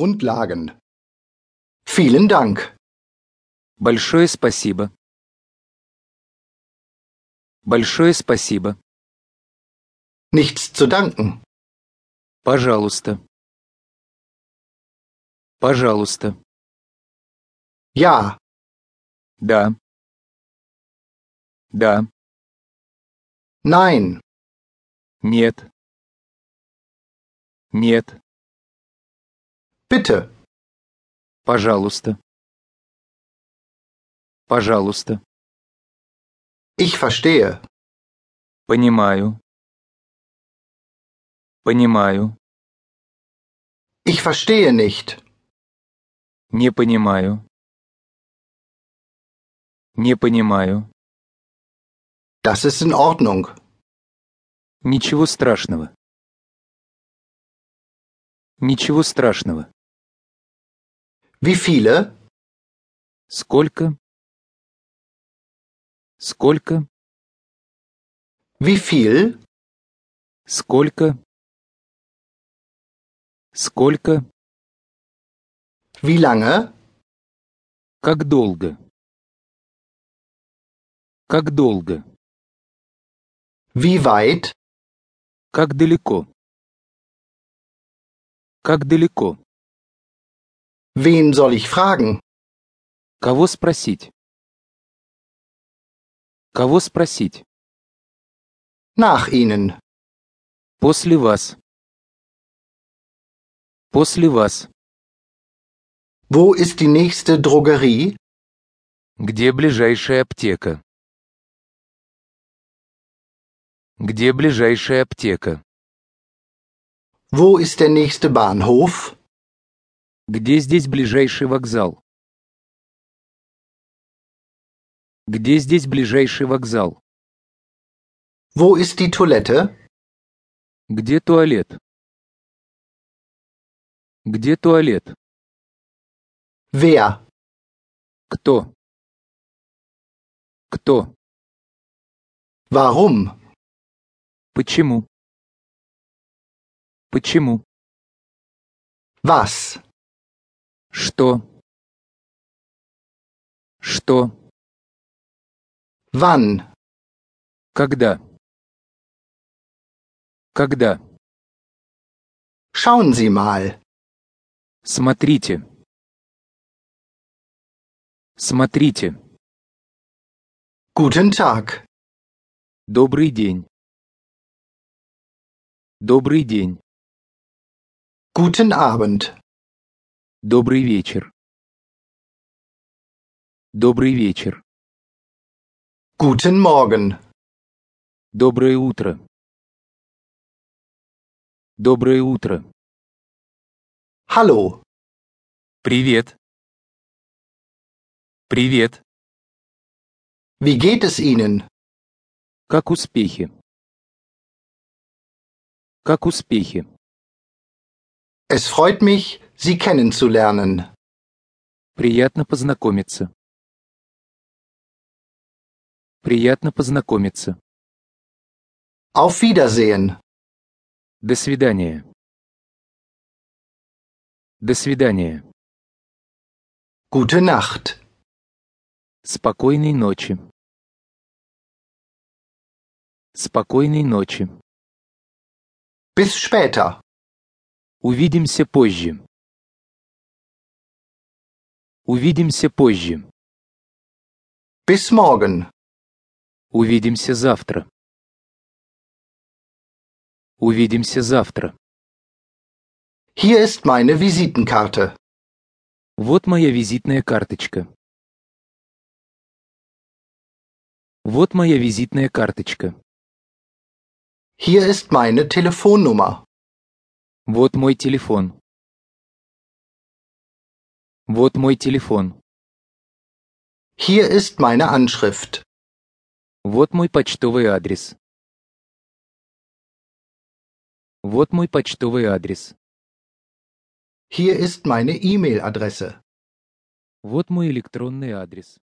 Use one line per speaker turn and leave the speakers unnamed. Grundlagen. Vielen Dank.
Большое спасибо. Большое спасибо.
Nichts zu danken.
Пожалуйста. Пожалуйста.
Ja,
Да. Да.
nein,
Нет. Нет.
bitte,
Пожалуйста. Пожалуйста.
ich verstehe.
Понимаю. Понимаю.
Ich verstehe nicht.
Не понимаю. Не понимаю.
Das ist in Ordnung.
Ничего страшного. Ничего страшного.
Wie viele?
Сколько? Сколько?
Wie viel?
Сколько? Сколько?
Wie lange?
Как долго? Как долго?
Wie weit?
Как далеко? Как далеко?
Wen soll ich fragen?
Кого спросить? Кого спросить?
Nach Ihnen.
После вас. После вас.
Wo ist die nächste Drogerie?
Где ближайшая аптека? Где ближайшая аптека?
Wo ist der nächste Bahnhof?
Где здесь ближайший вокзал? Где здесь ближайший вокзал?
Wo ist die Toilette?
Где туалет? Где туалет?
Wer?
Кто? Кто?
Warum?
Почему? Почему?
Was?
Что? Что?
Wann?
Когда? Когда?
Schauen Sie mal.
Смотрите. Смотрите.
Guten Tag.
Добрый день. Добрый день.
Guten Abend.
Добрый вечер. Добрый вечер.
Guten Morgen.
Доброе утро. Доброе утро.
Hallo.
Привет. Привет.
Wie geht es Ihnen?
Как успехи? Как успехи?
Es freut mich, Sie kennenzulernen.
Приятно познакомиться. Приятно познакомиться.
Auf Wiedersehen.
До свидания. До свидания.
Gute Nacht.
Спокойной ночи. Спокойной ночи.
Bis später.
Увидимся позже. Увидимся позже.
Bis morgen.
Увидимся завтра. Увидимся завтра.
Hier ist meine Visitenkarte.
Вот моя визитная карточка. Вот моя визитная карточка.
Hier ist meine Telefonnummer.
Вот мой телефон. Вот мой телефон.
Hier ist meine Anschrift.
Вот мой почтовый адрес. Вот мой почтовый адрес.
Hier ist meine E-Mail-Adresse.
Вот мой электронный адрес.